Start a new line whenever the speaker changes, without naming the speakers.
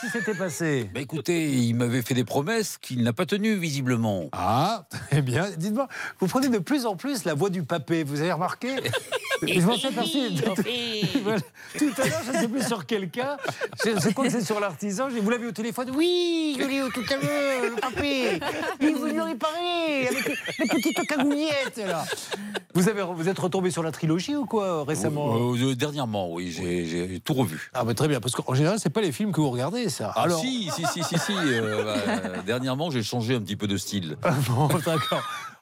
qui s'était passé
Bah écoutez, il m'avait fait des promesses qu'il n'a pas tenues, visiblement.
Ah, eh bien, dites-moi, vous prenez de plus en plus la voix du papé, vous avez remarqué Je m'en suis aperçu. Voilà. Tout à l'heure, je ne sais plus sur quel cas. Je, je crois que c'est sur l'artisan. J'ai- Vous l'avez au téléphone Oui, je l'ai au tout à l'heure, le papé. Et vous lui avez parlé avec les petites cagouillettes, là. Vous, avez, vous êtes retombé sur la trilogie ou quoi récemment
Euh, euh, dernièrement, oui, j'ai j'ai tout revu.
Ah, bah, très bien, parce qu'en général, c'est pas les films que vous regardez, ça.
Ah si, si, si, si, si. euh, bah, dernièrement, j'ai changé un petit peu de style.
Bon, d'accord.